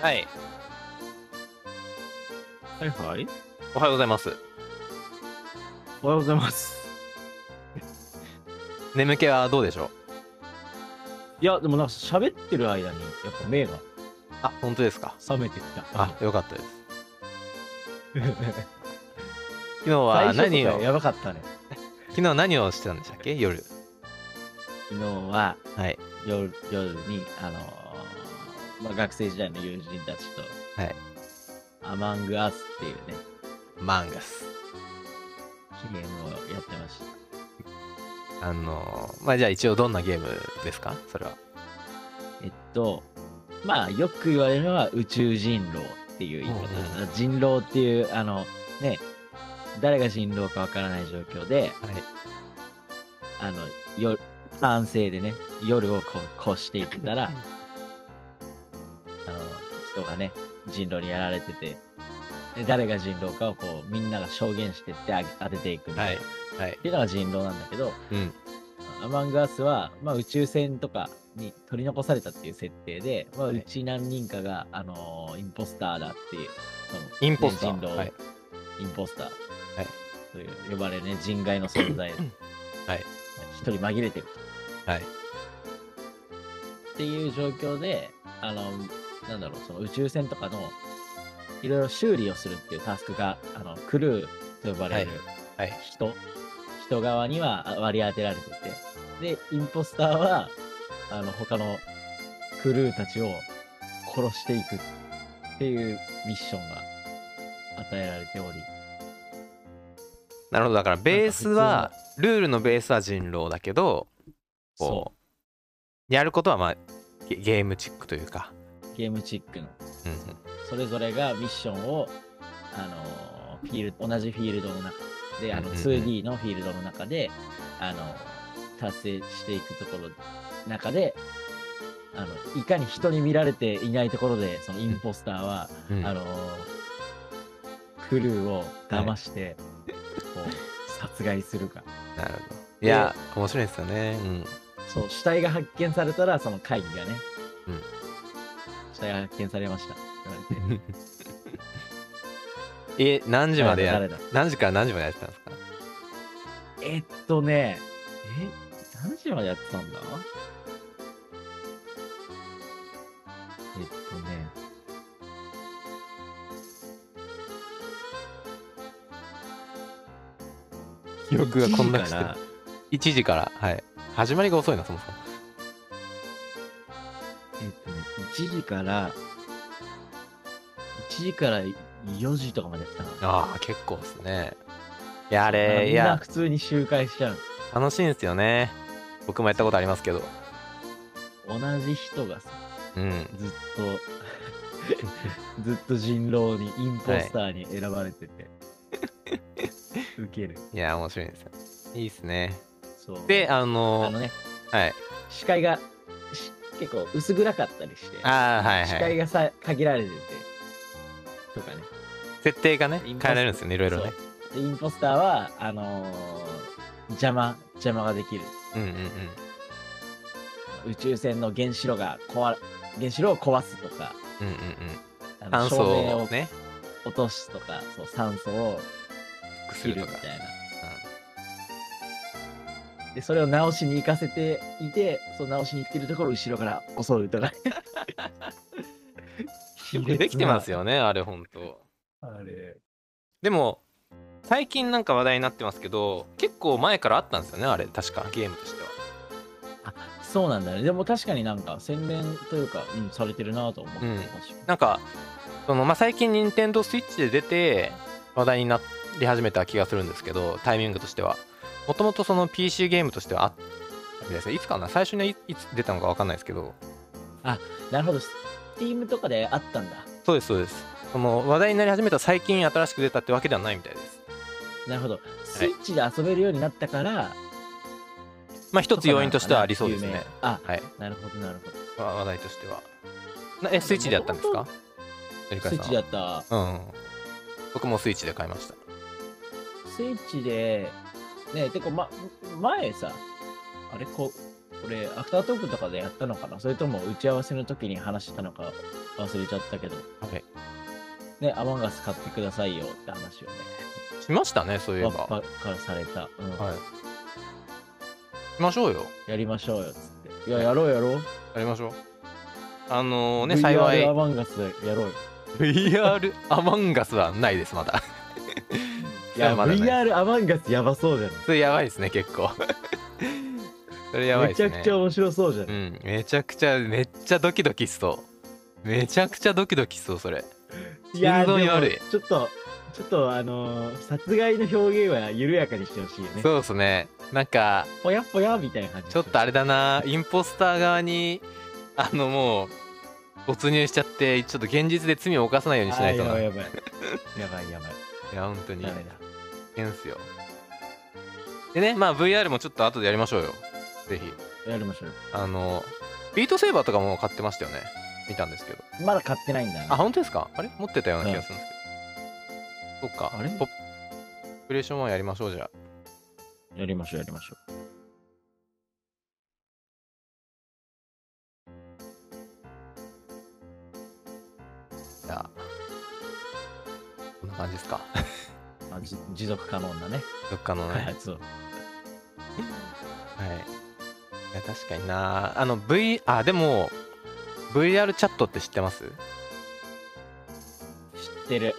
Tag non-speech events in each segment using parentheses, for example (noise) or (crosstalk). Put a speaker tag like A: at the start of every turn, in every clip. A: はい。
B: はいはい。
A: おはようございます。
B: おはようございます。
A: 眠気はどうでしょう
B: いや、でもなんか喋ってる間に、やっぱ目が
A: あ、本当ですか。
B: 覚めてきた。
A: あ、よかったです。 (laughs) 昨日は
B: 最初
A: 何
B: とか
A: を、
B: やばかったね。
A: 昨日何をしてたんでしたっけ夜。
B: 昨日は
A: はい。
B: 夜夜に、あのーまあ、学生時代の友人たちと、
A: はい。
B: アマングアスっていうね、
A: マンガス。
B: ゲームをやってました。
A: あのー、まあ、じゃあ一応どんなゲームですかそれは。
B: えっと、まあ、よく言われるのは宇宙人狼っていう言い方
A: うん
B: 人狼っていう、あの、ね、誰が人狼かわからない状況で、
A: はい。
B: あの、よ、安静でね、夜をこう、越していったら、あの、人がね、人狼にやられてて、で誰が人狼かをこう、みんなが証言してってあげ当てていくみた
A: はいい
B: な。。
A: はい
B: っ。ていうのが人狼なんだけど、
A: うん。
B: アマングアスは、まあ、宇宙船とかに取り残されたっていう設定で、まあ、
A: はいう
B: ち何人かが、あのーインポスターだっていう、その
A: インポスタ
B: ね人
A: ー。
B: 狼
A: はい。
B: インポスタ
A: は
B: ー、
A: い
B: という呼ばれるね、人外の存在、
A: はい。
B: 一人紛れてると。
A: はい。
B: っていう状況で、あの、なんだろう、その宇宙船とかの、いろいろ修理をするっていうタスクが、あの、クルーと呼ばれる
A: はい。
B: 人、人側にはあ割り当てられてて、で、インポスターは、あの、他のクルーたちを殺していくっていうミッションが与えられており、
A: なるほど。だからベース
B: なん
A: は
B: か、
A: ルールのベースは人狼だけど、こう、やることはまあ、ゲゲームチックというか。
B: そう、ゲームチックの
A: うんうん。
B: それぞれがミッションを、あのーフィールド同じフィールドの中であの
A: うんうんうん
B: 2D のフィールドの中で、あのー達成していくところの中であのいかに人に見られていないところでそのインポスターは、
A: うん
B: あのークルーを騙して、こう殺害するか
A: なるほど。いや、面白いですよね。うん。
B: そう死体が発見されたらその会議がね、
A: うん
B: 死体が発見されましたって言われて
A: (laughs) え、何時までや
B: 誰だ誰だ
A: 何時から何時までやってたんですか
B: えっとね、え、何時までやってたんだえっとね。
A: 記憶がこんなく
B: 1時
A: し
B: か
A: てる
B: ら。
A: 1時から、はい。始まりが遅いな、そもそも。
B: えっとね、1時から、1時から4時とかまでやってたの
A: ああ、結構ですね。いや、あ
B: なんか
A: れ、
B: み
A: い
B: んな
A: や、
B: 普通に周回しちゃう。
A: 楽しいんですよね。僕もやったことありますけど。
B: 同じ人がさ、
A: うん。
B: ずっ
A: (laughs)
B: と、ずっと人狼に、インポスターに選ばれて
A: (laughs)
B: て。ウケる。
A: いや、面白いですよ。いいっすね。
B: そう。
A: で、あ
B: あ
A: の
B: のね、
A: はい。
B: 視界がし結構薄暗かったりして、
A: ああ、はい
B: 視
A: は
B: 界
A: い。
B: がさ限られててとかね
A: 設定がね、
B: イ
A: 変え
B: ンポス
A: られるんですよね、いろいろね。
B: でインポスターはあのー邪魔邪魔ができる
A: うんうんうん。
B: 宇宙船の原子炉が壊原子炉を壊すとか
A: うんうんうん。
B: あ
A: 炭
B: の
A: 素
B: 照明
A: を
B: を
A: ね、
B: 落とすとかそう酸素を
A: くす
B: 切
A: る
B: るみ
A: と
B: た
A: か。
B: いなでそれを直しに行かせていてそう直しに行ってるところを後ろから襲うとか
A: うん (laughs) できてますよね、あれ、ほんと。
B: あれ
A: でも最近なんか話題になってますけど結構前からあったんですよねあれ確かゲームとしては
B: そうなんだね。でも確かになんか洗練というか、うん、されてるなと思って、
A: うん
B: 確かに
A: なんかその、まあ、最近任天堂スイッチで出て話題になり始めた気がするんですけどタイミングとしてはもともとその PC ゲームとしてはあったみたいですねいつかな最初にいいつ出たのか分かんないですけど
B: なるほど。スティームとかであったんだ。
A: そうですそうですその話題になり始めた最近新しく出たってわけではないみたいです
B: なるほど。スイッチで遊べるようになったから、
A: まあ一つ要因としてはありそうです
B: 有名
A: ね
B: あ、
A: はい
B: なるほど、なるほど。
A: わ話題としてはなえスイッチでやったんですか鳥
B: ス
A: 飼
B: イ
A: さ
B: ッ
A: ん
B: チでやった。
A: うんうん僕もスイッチで買いました
B: スイッチで、ねてか、ま、前さ、あれ、ここれ、アフタートークとかでやったのかなそれとも打ち合わせの時に話したのか忘れちゃったけど、
A: はい
B: ね、アマンガス買ってくださいよって話をね、
A: しましたねそういえ
B: パ
A: ば
B: ッ
A: は
B: パからされた、うん
A: いしましょうよ
B: やりましょうよっつって。いや、やろうやろう。
A: やりましょうあのね
B: VR
A: 幸い
B: アマンガスやろうよ。
A: VR アマンガスはないですまだ (laughs)
B: いや、
A: まだない
B: VR アマンガスやばそうじゃない
A: それやばいですね結構 (laughs) それやばいで
B: めち
A: すね
B: ゃくちゃ面白そうじゃ
A: う
B: ない、
A: んめちゃくちゃめっちゃドキドキしそうめちゃくちゃドキドキしそうそれ
B: いやー
A: 心臓に
B: でも
A: 悪い
B: ちょっと、ちょっとあのー殺害の表現は緩やかにしてほしいよね。
A: そうですねなんか
B: ぽやぽやみたいな感じ。
A: ちょっとあれだなインポスター側にあのもう没入しちゃってちょっと現実で罪を犯さないようにしないと
B: あ
A: な
B: ー
A: い
B: やばいやばい。やばいやばい。
A: や本当に
B: ダメだ。
A: 変っすよでねまあ VR もちょっと後でやりましょうよぜひ
B: やりましょうよ。
A: あのビートセーバーとかも買ってましたよね見たんですけど
B: まだ買ってないんだ
A: あ
B: な。
A: 本当ですかあれ持ってたような気がするんですけど、そっか
B: あれ
A: ポップレーション1やりましょうじゃあ
B: やりましょうやりましょう。
A: じゃあこんな感じですか (laughs)
B: まあ、じ持続可能なね。
A: どっかのね、
B: 開発を。
A: はい。いや確かにな。あの V あでも VR チャットって知ってます？
B: 知ってる。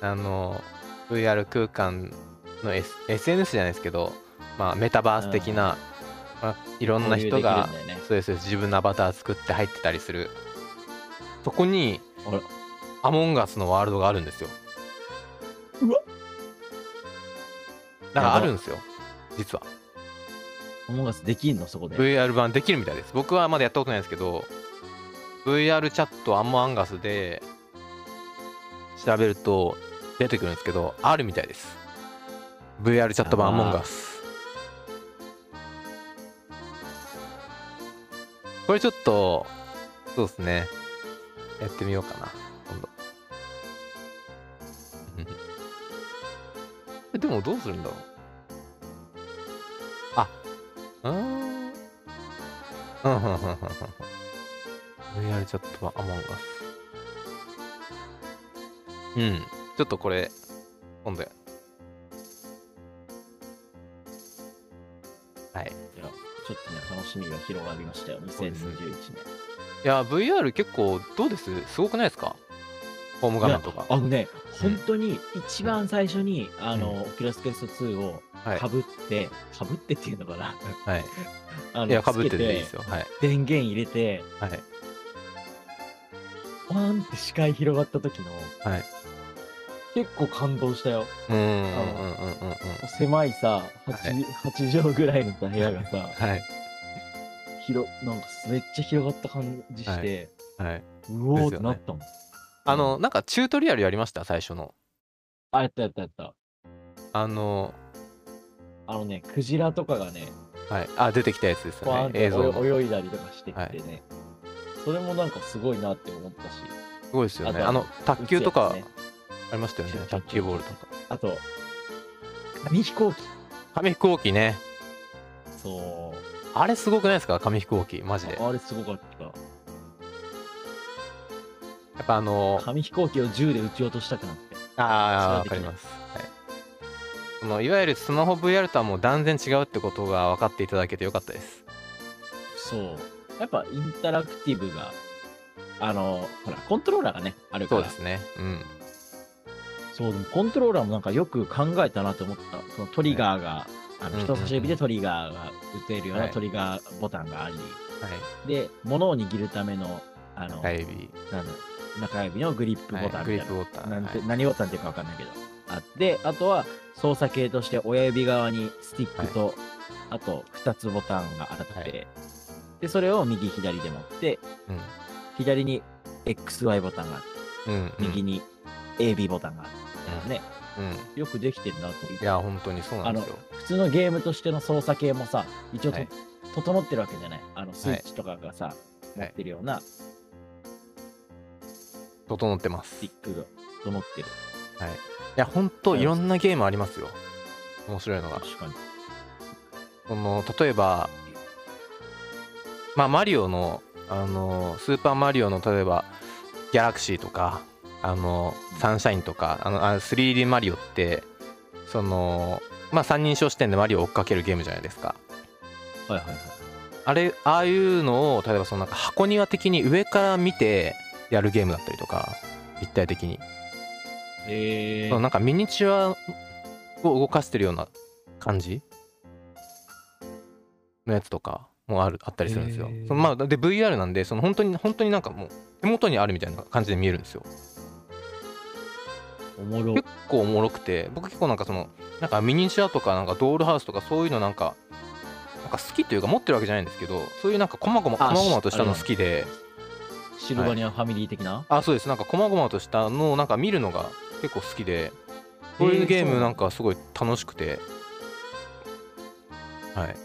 A: あの VR 空間の、S、SNS じゃないですけど、まあメタバース的な、まあ、いろんな人が
B: 共有できるんだよね
A: そうですそうです自分のアバター作って入ってたりする。そこに
B: あら
A: アモンガスのワールドがあるんですよ。
B: うわ。
A: だからあるんですよ。実は
B: アモンガスできんのそこで。
A: VR 版できるみたいです僕はまだやったことないですけど VR チャットアンモアンガスで調べると出てくるんですけどあるみたいです VR チャット版ア
B: あー
A: ンモンガスこれちょっとそうですねやってみようかな今度うん (laughs) えでもどうするんだろうあうーんうんうんうんうんうん VR チャットはアモンガスうんちょっとこれ今度やはい
B: いやちょっとね、楽しみが広がりましたよ。
A: そうですね
B: 2021年。
A: いや VR 結構どうですすごくないですかホーム画面とか
B: あのね、
A: うん
B: 本当に一番最初に、あの、オキュラスクエスト2を
A: はい
B: かぶって、かぶってっていうのかな
A: はい
B: あの
A: いやかぶって
B: つけ
A: ていいですよはい
B: 電源入れて、
A: はい
B: パーンって視界広がった時の、
A: はい
B: 結構感動したよ。
A: うーんうんうんうんうん
B: 狭いさ、
A: は
B: 8, 8畳ぐらいの部屋がさ、
A: はい
B: 広、なんかめっちゃ広がった感じして、
A: はい、
B: うおーってなったもん。
A: あのなんかチュートリアルやりました最初の
B: あ、やったやったやった。
A: あの
B: あのね、クジラとかがね、
A: はいあ出てきたやつです
B: バー
A: よ
B: ン
A: ね映像の
B: と
A: す
B: 泳いだりとかしてきてね、それもなんかすごいなって思ったし、
A: ごいですよね
B: あと
A: あの卓球とか
B: 打つやつね
A: ありましたよね卓球ボールとか
B: あと、紙飛行機。
A: 紙飛行機ね
B: そ
A: あれすごくないですか紙飛行機マジで
B: う。
A: や
B: あれすごかった。
A: っぱあの
B: 紙飛行機を銃で撃ち落としたくなって。
A: ああわ
B: そ
A: か
B: れ
A: り
B: はできない
A: ます、はい、そのいわゆるスマホ VR とはもう断然違うってことが分かっていただけてよかったです
B: そう。やっぱインタラクティブが、あの、ほら、コントローラーがね、あるか
A: そう
B: ら。
A: で。すねうん
B: そう、でもコントローラーもなんかよく考えたなって思った。そのトリガーが、あ
A: うん
B: の人差し指でトリガーが撃てるよう
A: は
B: ないトリガーボタンがあり、
A: はい
B: で、物を握るための、あの、
A: 中指、
B: なんだ中指のグリップボ
A: は
B: タ
A: い、
B: ン
A: グ
B: み
A: リッ
B: たい
A: プ
B: な。
A: ボタン
B: なんて
A: はい
B: 何ボタンっていうかわかんないけど。あって、あとは操作系として親指側にスティックと、あと2つボタンがあって、
A: はい
B: で、それを右左で持って、左に XY ボタンがあって、
A: うんうんうん
B: 右に AB ボタンがあって、ね、
A: うん
B: よくできてるなと思っ
A: い
B: て。
A: や本当にそうなんですよ
B: 普通のゲームとしての操作系もさ、一応と、
A: はい
B: 整ってるわけじゃない。あの、スイッチとかがさ、持ってるようなス
A: 整ってます
B: ティ
A: い
B: ックが整ってる。
A: や本当
B: はい
A: いろんなゲームありますよ面白いのが
B: 確かに。
A: その例えばまあ、マリオの、あのスーパーマリオの例えばギャラクシーとか、あのサンシャインとかあのあ 3D マリオってその、まあ、三人称視点でマリオを追っかけるゲームじゃないですか
B: はいはいはい。
A: あれああいうのを例えばそのなんか箱庭的に上から見てやるゲームだったりとか立体的に
B: え
A: そのなんかミニチュアを動かしてるような感じのやつとかもあるあったりするんですよ。
B: へー
A: そのまあ、で VR なんでその本当に本当になんかもう手元にあるみたいな感じで見えるんですよ。
B: おもろ
A: 結。構おもろくて僕結構なんかそのなんかミニチュアとかなんかドールハウスとかそういうのなんかなんか好きというか持ってるわけじゃないんですけどそういうなんか細々
B: あ
A: 細々としたの好きで
B: シルバニアファミリー的な、
A: あそうですなんか細々としたのをなんか見るのが結構好きでこういうゲームなんかすごい楽しくて、はい。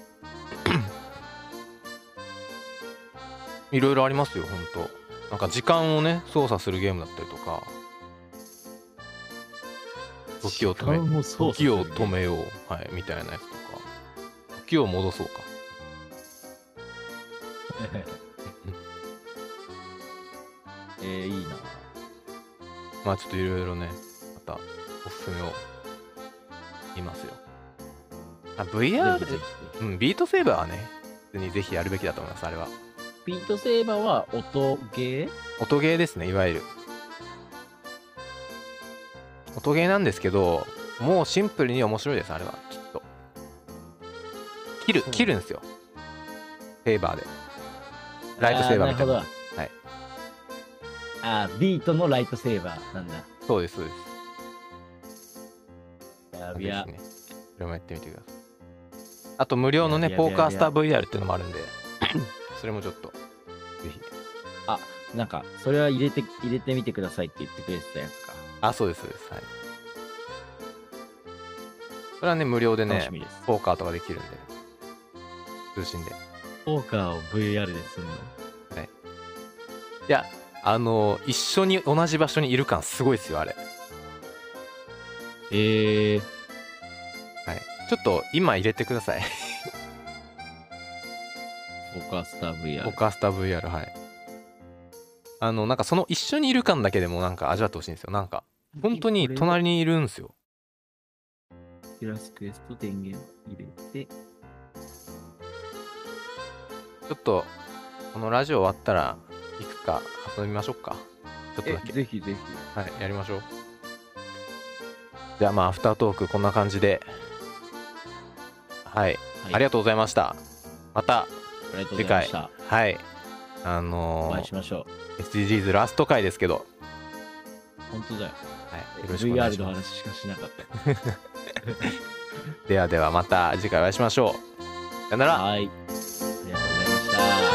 A: (coughs) いろいろありますよ、ほんと。なんか時間をね、操作するゲームだったりとか、時を止め、
B: め
A: 時を止。めよう、はい、みたいなやつとか、時を戻そうか。
B: えー、いいな。
A: まあちょっといろいろね、またおすすめを言いますよ。あ、VR
B: ぜひぜひ
A: うん、ビートセーバーはね、普通にぜひやるべきだと思います、あれは。
B: ビートセーバーは音ゲー
A: 音ゲーですねいわゆる音ゲーなんですけどもうシンプルに面白いですあれはきっと切る
B: そう
A: 切るんですよセーバーでライトセーバーみたいな
B: あーるほど
A: はい
B: あー、ビートのライトセーバーなんだ。
A: そうですそうで
B: や
A: す
B: びや
A: ぜ。ひねそれもやってみてくださいあと無料のね
B: いやいや
A: ポ
B: いや
A: ーカースター VR っていうのもあるんで (laughs) それもちょっとぜひ
B: なんか、それは入れて、入れてみてくださいって言ってくれてたやつか。
A: あそうですそうですはいそれはね無料で
B: 楽
A: ね
B: しみです。
A: ポーカーとかできるんで通信で
B: ポーカーを VR ですんの。
A: いやあの一緒に同じ場所にいる感すごいですよあれ、
B: えー、
A: はい、ちょっと今入れてください
B: ポーカースター VR。
A: オカスタ VR はいあのなんかその一緒にいる感だけでもなんか味わってほしいんですよなんか本当に隣にいるんですよ
B: キュラスクエスト電源を入れ
A: ち
B: て。
A: ょっとこのラジオ終わったらいくか遊びましょうかちょっとだけ
B: ぜひぜひ。
A: はいやりましょうじゃあまあアフタートークこんな感じではい、ありがとうございましたまた
B: ありがとうございました。
A: はいあ
B: お
A: のー
B: 会いしましょ
A: SDGs ラスト回ですけど、
B: う。本当だよ。
A: はい、よろしくお願い
B: VR
A: し
B: の
A: ま
B: 話
A: す。
B: しかしなかった。
A: ではではまた次回お会いしましょう。さよなら。
B: はい。ありがとうございました。